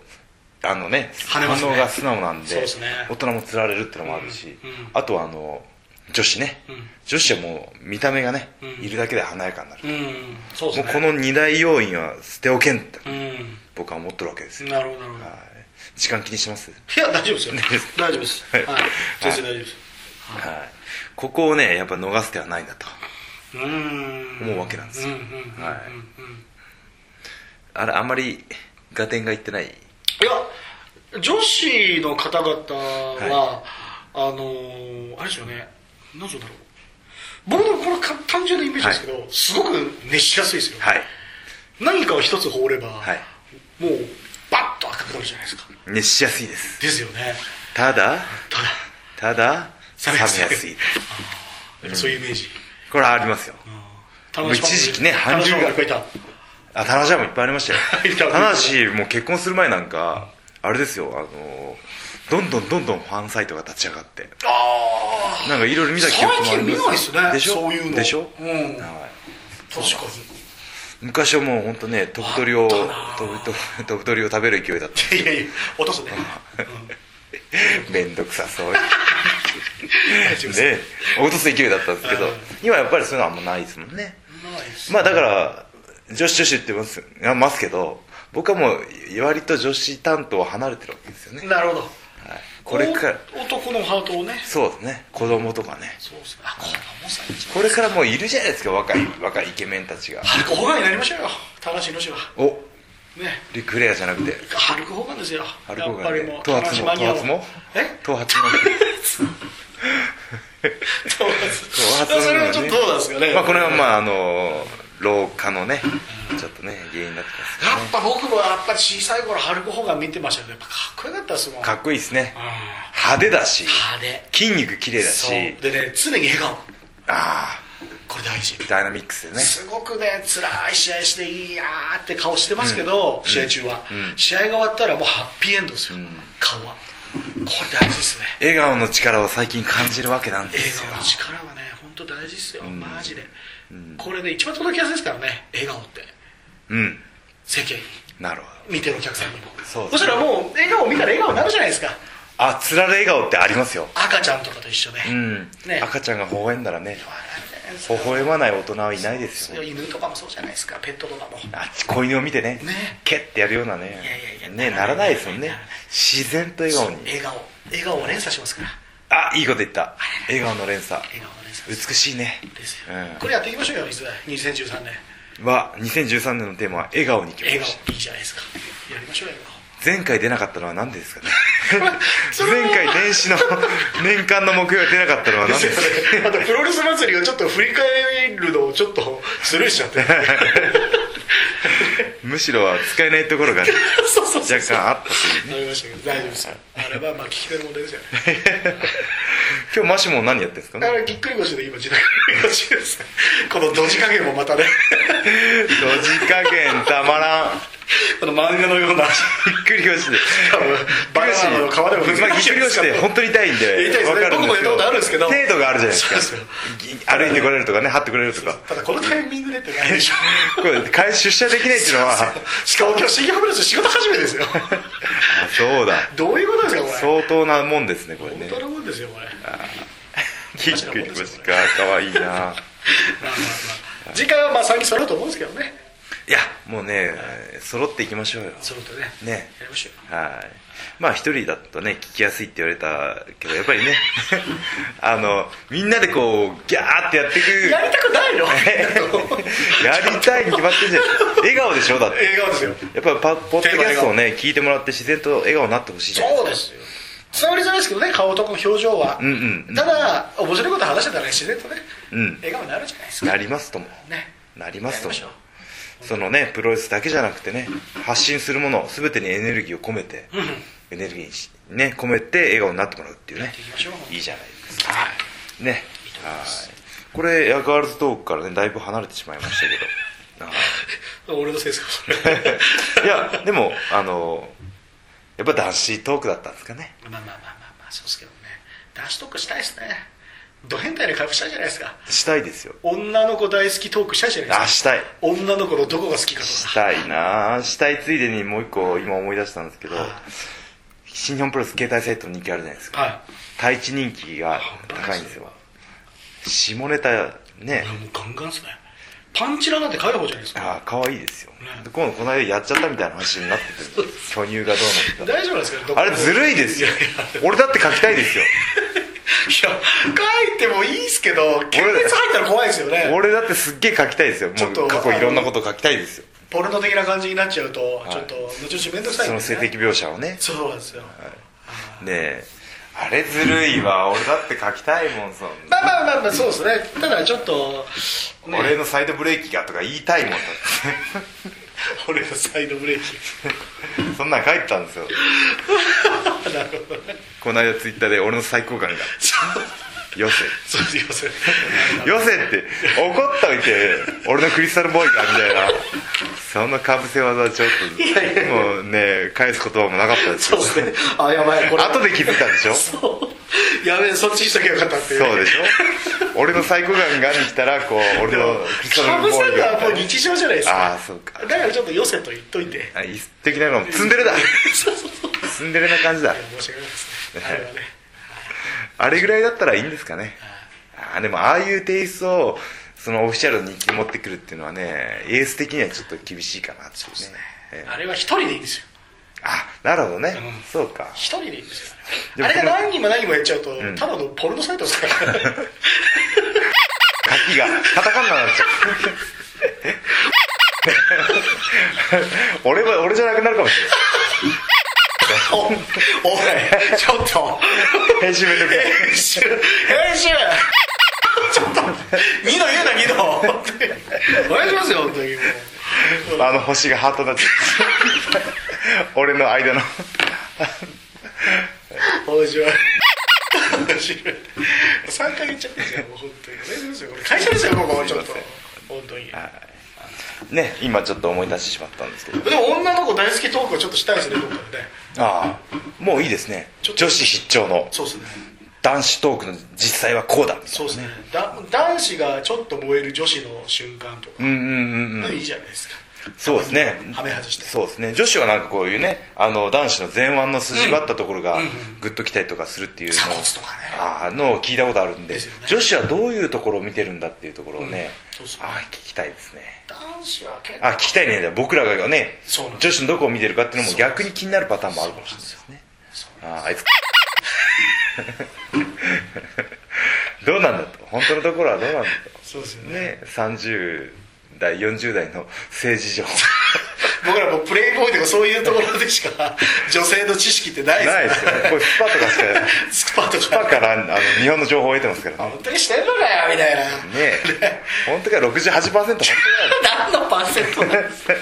あのね、
跳ねますね
反応が素直なんで
そうですね
大人もつられるってのもあるし、
うんうん
あとはあの、女子ね、
うん
女子はもう見た目がね、
うん
いるだけで華やかになる、
うんそ
も
うで
う
すね
この二大要因は捨ておけんって
うん
僕は思ってるわけですよ、
なるほどなるほど
はい時間気にしてます、
いや大丈夫ですよ
大丈夫です
大丈夫です
は
はいい全然大丈夫です
はいここをねやっぱ逃す手はないんだと
うん
思うわけなんですよ
うんうんうんうん
はい
うん
あれあんまり合点がいってない
いや女子の方々は、あのーあれですよね何て言うんだろう僕のこのか単純なイメージですけど、すごく熱しやすいですよ、
はい
何かを一つ放れば、
はい
もうバッと赤くなるじゃないですか
熱しやすいです
ですよね
ただ
ただ
ただ冷め
冷め
や
や
す
す
い
いやっぱそういうイメージ、
これはありますよ
田
もう
中さん
一時期ね韓流が
田中さんもいっぱいいた
あ田中もいっぱいありま したよ
いっぱいあ
田
る
中もう結婚する前なんかあれですよあのどんどんどんどんファンサイトが立ち上がって
あ
なんかいろいろ見た記憶もあ
最
ります
近見ないですね
でしょ
そういうの
でしょ、
うん
はい
あ確か
昔はもう本当ね飛ぶ鳥を
あったな
飛ぶ鳥 飛ぶ鳥を食べる勢いだっ た
にいやいや落とす ね、うん
めんどくさそう
大丈夫です
で落とす勢いだったんですけど
うん
今やっぱりそういうのはあんまないですもんね
ないです
まあだから女子女子って言ってますあますけど僕はもう割と女子担当を離れてるわけですよね、はい、
なるほど
これから
お男のハートをね
そうですね子供とかね
そうですねあこれもさ一
これからもういるじゃないですか若い若いイケメンたちが
歩く方がになりましょうよ高橋宏は
お
ね
リクレアじゃなくて
歩く方がですよ
アルコールが
やっぱり
ね
もう
頭髪も
高橋マニ
頭
アは
髪も
え
頭髪も頭髪
頭髪それ
の
はちょっとどうなんですかね
まあこれは
やっ
まああの老化のねちょっとね原因になってますからね
ぱ僕もやっぱ小さい頃歩く方が見てましたけどやっぱかっこよかったですもん
かっこいいですね
うん派
派手だし
手
筋肉綺麗だ
そ
し
うでね常に笑顔
あ
これ大事
あダイナミックスでね
すごくね辛い試合していいやーって顔してますけど、試合中は、
うん
試合が終わったらもうハッピーエンドですよ、顔はこれ大事ですね
笑顔の力を最近感じるわけなんで
笑
すよ
顔の力はね本当大事ですよ、マジで、これね一番届きやすいですからね笑顔って
うん
世間に
なるほど
見てるお客さんにも
そうですね
そしたらもう笑顔見たら笑顔になるじゃないですか
あつられ笑顔ってありますよ
赤ちゃんとかと一緒で、
うん
ね
赤ちゃんが微笑んだらね微笑まない大人はいないですよ
犬とかもそうじゃないですかペットとかも
あっち子犬を見てね
ね
ケッてやるようなね
いやいや
ね
な
な
ら
ら
な
ない
い
ですもんね
ならない
自然と笑顔に
笑顔笑顔を連鎖しますから
あいいこと言った笑顔の連鎖
笑顔を連鎖
美しいね
ですよ、
うん
これやっていきましょうよいずれ2013年
は2013年のテーマは笑顔に決
笑
めま
顔
した
いいじゃないですかやりましょうよ
前回出なかったのは何でですかね
それ は
前回年始の年間の目標が出なかったのは何ですか
あとプロレス祭りをちょっと振り返るのをちょっとスルーしちゃって
むしろは使えないところがね
そうそうそう
若干あったというね
なりましたけど大丈夫ですよあれはまあ聞き手の問題ですよね
今日マシモン何やってるんですか
だか
ね
らぎっくり腰で今時代ぎっくり腰です このドジ加減もまたね
ドジ加減たまらん
あの漫画のような
びっくり腰で。
多分バナナの皮でも
まあぎっくり腰って本当に痛いんで。
痛いですね
わかん
僕もやったことあるんですけど
程度があるじゃないですか。
そう
ぎ歩いてこれるとかね、張ってくれるとか。
ただこのタイミングでってな いでしょ
これ、回出社できないっていうのは、
しかも今日新規フルーツ仕事始めで すよ
あそうだ。
どういうことですかこれ
相当なもんですね、これね
本。当なもんですよこれまあまあ
ぎっくり腰か、かわいいな。
まあ次回はまあ3人揃うと思うんですけどね
いや、もうね、揃っていきましょうよ。
揃ってね
ね。
やりましょう
はい。まあ一人だとね、聞きやすいって言われたけど、やっぱりね、 あの、みんなでこう、ギャーってやっていく。
やりたくない の
やりたいに決まってるじゃないですか笑顔でしょだって
映画ですよ
やっぱりパポッドキャストをね聞いてもらって自然と笑顔になってほしいじゃない
そうですよ伝わりづらいですけどね顔とか表情は、
んうんうん
ただ面白いこと話してたら自然とね、
うん
笑顔になるじゃないですか
なりますとも
ね
なりますとも
やりましょ
そのねプロレスだけじゃなくてね発信するもの全てにエネルギーを込めてエネルギーにしね込めて笑顔になってもらうっていうね
っていきましょう
いいじゃないですかねはいこれヤガールズトークからねだいぶ離れてしまいましたけどはい
俺のせいですかそれ
いやでもあのやっぱ男子トークだったんですかね
まあまあまあまあまあそうですけどね男子トークしたいですねド変態で回復したいじゃないですか
したいですよ
女の子大好きトークしたいじゃない
あ
ですか
したい
女の子のどこが好きかと
し
か
たいなあしたいついでにもう一個今思い出したんですけど新日本プロレス携帯サイトの人気あるじゃないですか
は
太一人気が高いんですよ下ネタね
いもうガンガンっすねパンチラなんて書いた方じゃないですか
ああ可愛いですよ
ね
で今度この間やっちゃったみたいな話になってくる巨乳がどうなっ
大丈夫なんですかどこ
たあれずるいですよ俺だって書きたいですよ
いや書いてもいいですけど検閲入ったら怖いですよね
俺だってすっげえ書きたいですよ
ちょ
も
っ
う
と
過去いろんなこと書きたいですよ
ポルノ的な感じになっちゃうと、ちょっと後々面倒くさ
そ
いんで
の
す
性
ね
的描写をね
そうなんですよ、
ねえあれずるいわ俺だって書きたいもんそんな
まあまあまあまあそうですねただちょっと、ね、
俺のサイドブレーキがとか言いたい もんだっ
俺のサイドブレーキ
てそんなん書いてたんですよ
なるほどね
この間ツイッターで俺の最高感が
そう
「よせ
そうですよ」
「よせ」って怒っといて俺のクリスタルボーイがみたいなそのかぶせ技はちょっともうね返す言葉もなかったです
そ
よ
うですねあやばいこれ
後で気づいたんでしょそ
そうやべえそっちにしとけばよかったっていう
うでしょ俺の最高感がに来たらこう俺のクリスタ
か
ル
ぶ
ボ
さ
ーイ
るのはもう
が
日常じゃないですか
ああそうか
だからちょっと寄せと言っといて
あ一石的なのもツンデレだ
そうそうそう
ツンデレな感じだ
申し訳ないですねあれはね
あれぐらいだったらいいんですかね。あーでも、ああいうテイストを、そのオフィシャルの日記に持ってくるっていうのはね、エース的にはちょっと厳しいかなっていうね。ええ
あれは一人でいいんですよ
あ、なるほどね。そうか。
一人でいいんですよ
で
あ
も
れが何人も何人もやっちゃうとただのポルノサイトですからね
書きが、カタカナになっちゃ う。俺は、俺じゃなくなるかもしれ
おおいちょっと
ない。編集めんどくさい。
編集編集ちょっと二度言うな二度お願いしますよ本当にもう
あの星がハートになっちゃう。俺の間の。
面白い面白い3回言っちゃってんじゃんもう本当にお願いしますよこれ会社ですよここちょっと本当に
ね、今ちょっと思い出してしまったんですけど。
でも女の子大好きトークをちょっとしたいですね僕はね
ああ、もういいですね。
ちょっと
女子必聴の
そうですね
男子トークの実際はこうだ。
そうですねだ男子がちょっと燃える女子の瞬間とか、
うんうんうんうん。
いいじゃないですか
そうですね。
はめ外して
そうですね。女子はなんかこういうね、あの、男子の前腕の筋張ったところが、グッときたりとかするっていう
鎖
のを
骨とかね
あーのを聞いたことあるんで
ですよね
女子はどういうところを見てるんだっていうところをね、
うんそうそう
あー聞きたいですね。
男子は結構
あ、聞きたいね。僕らがね
そうなん、で
女子のどこを見てるかっていうのも逆に気になるパターンもあるかもしれないですね。あーあいつ。 どうなんだと。本当のところはどうなんだ
そうですよ
と。
ね
ね、30代、40代の政治上。
僕らもうプレイボーイとかそういうところでし か女性の知識ってないです
ないですよね。これスパとかしか、
スパと
スパ
か
からあの日本の情報を得てますからね。
本当にしてんのかよみたいな
ね え。本当か68%本当だよ。
何のパーセントなんですか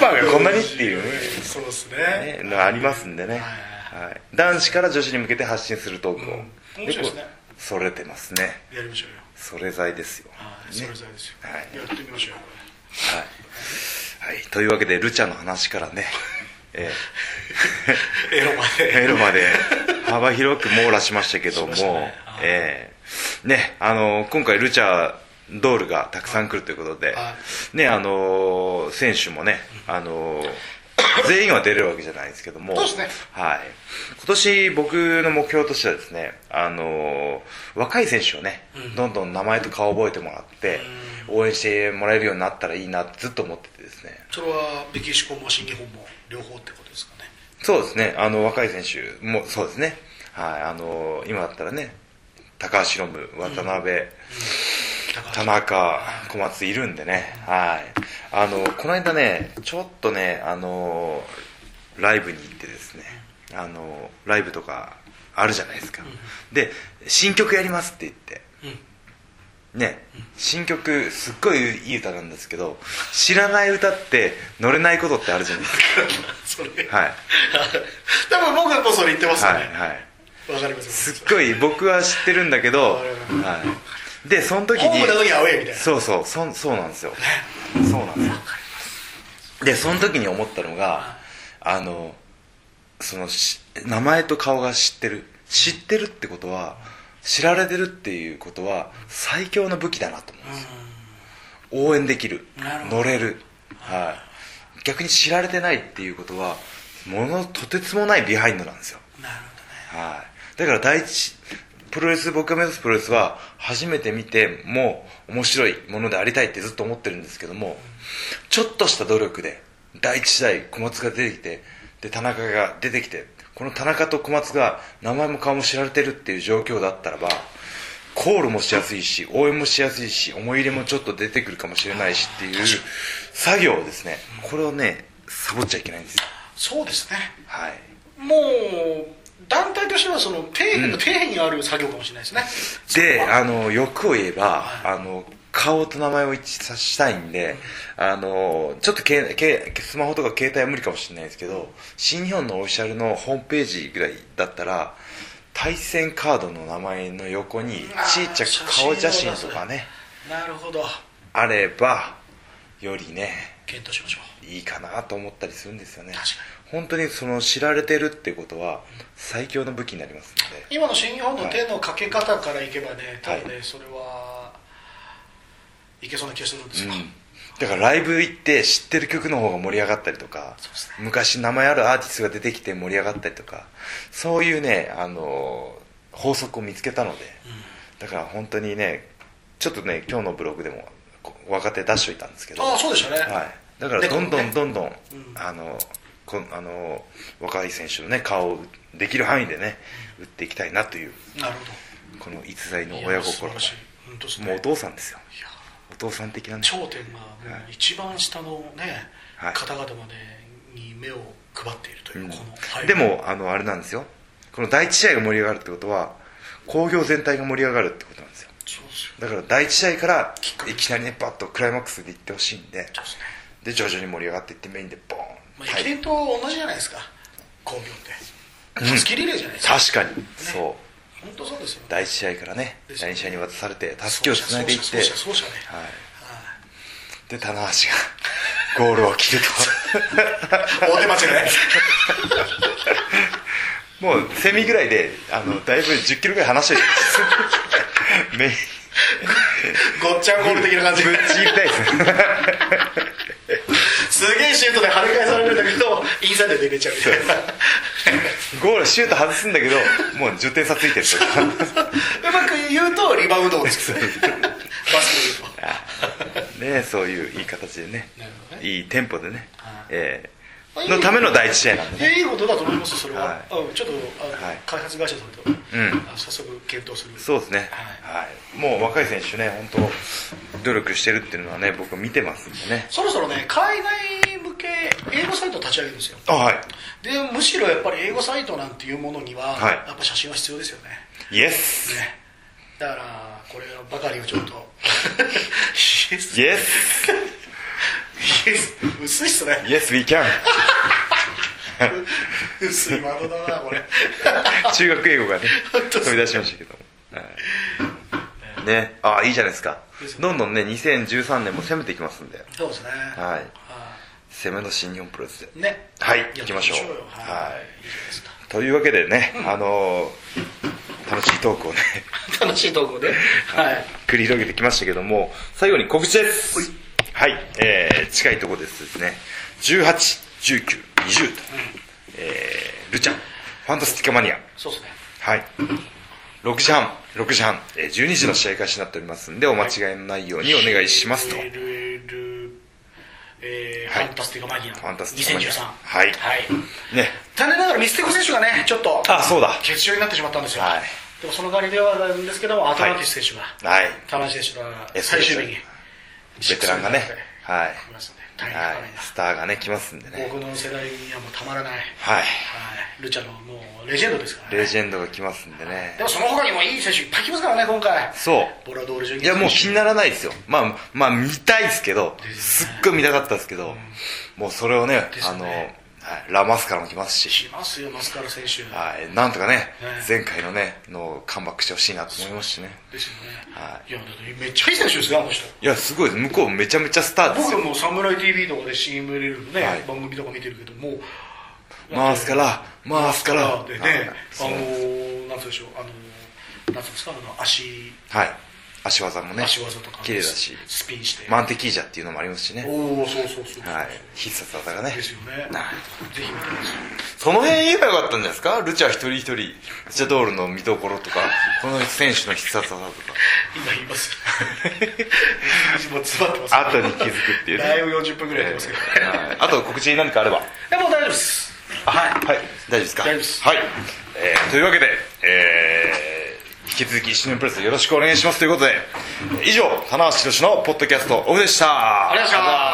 8%がこんなにっていう
そうですね
ね、ねのありますんでね。はい。男子から女子に向けて発信するトークを。
面白いですね
こうそれてますね。
やりましょうよ
それ剤ですよ。
はいそれぞれですよ、
はい
やってみましょうよこ
はい。はい、というわけでルチャの話から ね、え
エロま
ー
で
エロまで幅広く網羅しましたけども、
しましたねはい
えーねあの今回ルチャドールがたくさん来るということで、
は
ねあの選手もね、あの全員は出れるわけじゃないですけども
そうですね
はい、今年僕の目標としてはですね、あの若い選手をね、どんどん名前と顔を覚えてもらって、応援してもらえるようになったらいいなってずっと思っててですね
それはメキシコも新日本も両方ってことですかね
そうですね、あの若い選手もそうですね、はい、あの今だったらね、高橋ロム、渡辺、
高橋
田中、小松いるんでね、はい、あのこの間ね、ちょっとね、あのライブに行ってですね、あのライブとかあるじゃないですか、で、新曲やりますって言って。
うん
ね、新曲すっごいいい歌なんですけど知らない歌って乗れないことってあるじゃないです
それ
か はい
多分僕はもうそれ言ってますよ
は
ね
いはい
わ、かります
す
よ
っごい僕は知ってるんだけど、
あれ
はい、でその時に
ホームの時はアウェイみたいな
そうそうそんそうなんですよそうなんですよでその時に思ったのがあのそのし名前と顔が知ってる知ってるってことは知られてるっていうことは最強の武器だなと思うんですよ応援できる
なるほど
乗れる、はい、逆に知られてないっていうことはものとてつもないビハインドなんですよ
なる
はい、だから第一プロレス僕が目指すプロレスは初めて見ても面白いものでありたいってずっと思ってるんですけどもちょっとした努力で第一試合小松が出てきてで田中が出てきてこの田中と小松が名前も顔も知られてるっていう状況だったらばコールもしやすいし応援もしやすいし思い入れもちょっと出てくるかもしれないしっていう作業をですねこれをねサボっちゃいけないんですよ
そうですね
はい
もう団体としてはその底辺の底辺にある作業かもしれないですね、
で、
そこは
あの、欲を言えば、あの、顔と名前を一致させたいんで、あの、ちょっとけけスマホとか携帯は無理かもしれないですけど、新日本のオフィシャルのホームページぐらいだったら、対戦カードの名前の横に、ちいちゃく顔写真とかね、
なるほど
あれば、よりね、
検討しましょ
いいかなと思ったりするんですよね
確かに。
本当にその知られてるってことは、最強の武器になりますので
う。今の新日本の手のかけ方からいけばね多分ね、
は
それはいけそうな気がするんですよ、
だからライブ行って知ってる曲の方が盛り上がったりとか、
そうです
昔名前あるアーティストが出てきて盛り上がったりとかそういうねあの法則を見つけたので、だから本当にねちょっとね今日のブログでもこ若手出しといたんですけど
ああそうでしたね、
はい、だからどんどんどんどん、
うん
あのこんあの若い選手のね顔をできる範囲でね打っていきたいなという
なるほど
この逸材の親
いや素
心
晴らしい本当ですね
もうお父さんですよ
いや
お父さん的なね
頂点がもう一番下のね、
はい
方々までに目を配っているという、この、はい
でもあのあれなんですよこの第一試合が盛り上がるってことは興行全体が盛り上がるってことなんですよ
そうですよ
だから第一試合から
きっかけ
いきなりねバッとクライマックスでいってほしいんで
そうですね、
で徐々に盛り上がっていってメインでボーン、
まあ、
は
駅
い、
伝と同じじゃないですか工業ってたすきリレーじゃないですか、
確かに、そう
本当そうですよ
第一試合からね
ですよ
第二試合に渡されて助けをつないでいって
そうしたそうしたそうした
は
ね、
い
はい
で棚橋がゴールを切る
大手町がね
ともうセミぐらいであのだいぶ1 0キロぐらい離してる メイン
ごっちゃんゴール的な感じ
ぶっちぎりたいですね
すげえシュートで跳ね返されるんだけどインサイドで入れちゃうみたいな
ゴールシュート外すんだけどもう10点差ついてるとか
うまく言うとリバウンド王ですよねバスケで言うと
ね、そういういい形でね
なるほどね
いいテンポでね
はい、
え
まあ
ーのための第一試合なんで
いや
ね
いいことだと思いますそれは、
はい
うんちょっとあの、
はい
開発会社さんと、
ん
あ早速検討する
そうですね、はいもう若い選手ね本当努力してるっていうのはね僕見てますんでね
そろそろね海外向け英語サイト立ち上げるんですよ
あはい
でむしろやっぱり英語サイトなんていうものには、
はい
やっぱ写真は必要ですよね
イエス
ねだからこればかりをちょっと イエス
イエス
イエス薄いっすね
イエス we can
薄いワードだなこれ
中学英語がね
本当そう
飛び出しましたけども、はい、ねああいいじゃないですかどんどんね2013年も攻めていきますんで
そうですね
はい
は
攻めの新日本プロレスで。
ね
はい
やって
行きましょう
いよは
はい
いいいじゃないですか
というわけでね、あのー楽しいトークをね、
楽しい投稿ではい
繰り広げてきましたけども、最後に告知です。はい、えー近いところですですね、18、19、20と、えールチャ、ファンタスティカマニア、
そうですね
はい、6時半、6時半、えー12時の試合開始になっておりますんで、お間違いのないようにお願いしますと。
LL えー
はい
ファンタスティカマギア
ファンタスティカマギア
2013
はいね、
残念ながらミステコ選手がねちょっと
あそうだ
欠場になってしまったんですよ、
はい
でもその代わりではあるんですけどもアトランティス選手が、
はい、
田中選手が
S
最終日に
ベテランがね
シックスになって、
はい、
来ましたね大変
はい
高い、な
スターがね、来ますんでね。
僕の世代にはもうたまらない、
はい、
はい、ルチャのもうレジェンドですから、ね、
レジェンドが来ますんでね
で。もその他にもいい選手いっぱい来ますからね今回
そう。
ボラドールジュニ
いや、もう気にならないですよ。まあ、まあ、見たいですけど、
で
す
す
っ
ね
ごい見たかったですけど、もうそれをね、
です
あ
よ
の、
ね
はいラマスカラも来ますし、
来ますよマスカラ選手
はい、なんとかね
ね、
前回のね、のをカムバックしてほしいなと思いますしね。
ですよね、、
はい
やだってめっちゃいい選手ですよあの人
いや、すごいです。向こうめちゃめちゃスターです
僕
よ。
もう「サムライ TV」とかで CM 入れるのね、
はい
番組とか見てるけどもう
回すから、回すから。は
で
い
ねあ
そう
のーなんて言うんでしょうあのーなんて言うんですかあの足
はい。足技もね、
足技とか
綺麗だし、
スピンして、
マンテキージャっていうのもありますしね。
おおそうそうそうそう、
はい。必殺技がね
で。すよね
な
ぜひ見てください
その辺言えばよかったんじゃないですかルチャ一人一人、ルチャドールの見どころとか、この選手の必殺技とか。
今言います もう詰まってます
後に気づくっていうね
だいぶ40分ぐらいやってますけど、
はいあと告知何かあれば。
でもう大丈夫ですはい
はい、大丈夫ですか
大丈夫です
はい。えーというわけで、えー引き続き、新年プレスよろしくお願いしますということで、以上、棚橋宏のポッドキャストオフでした。
ありがとうございました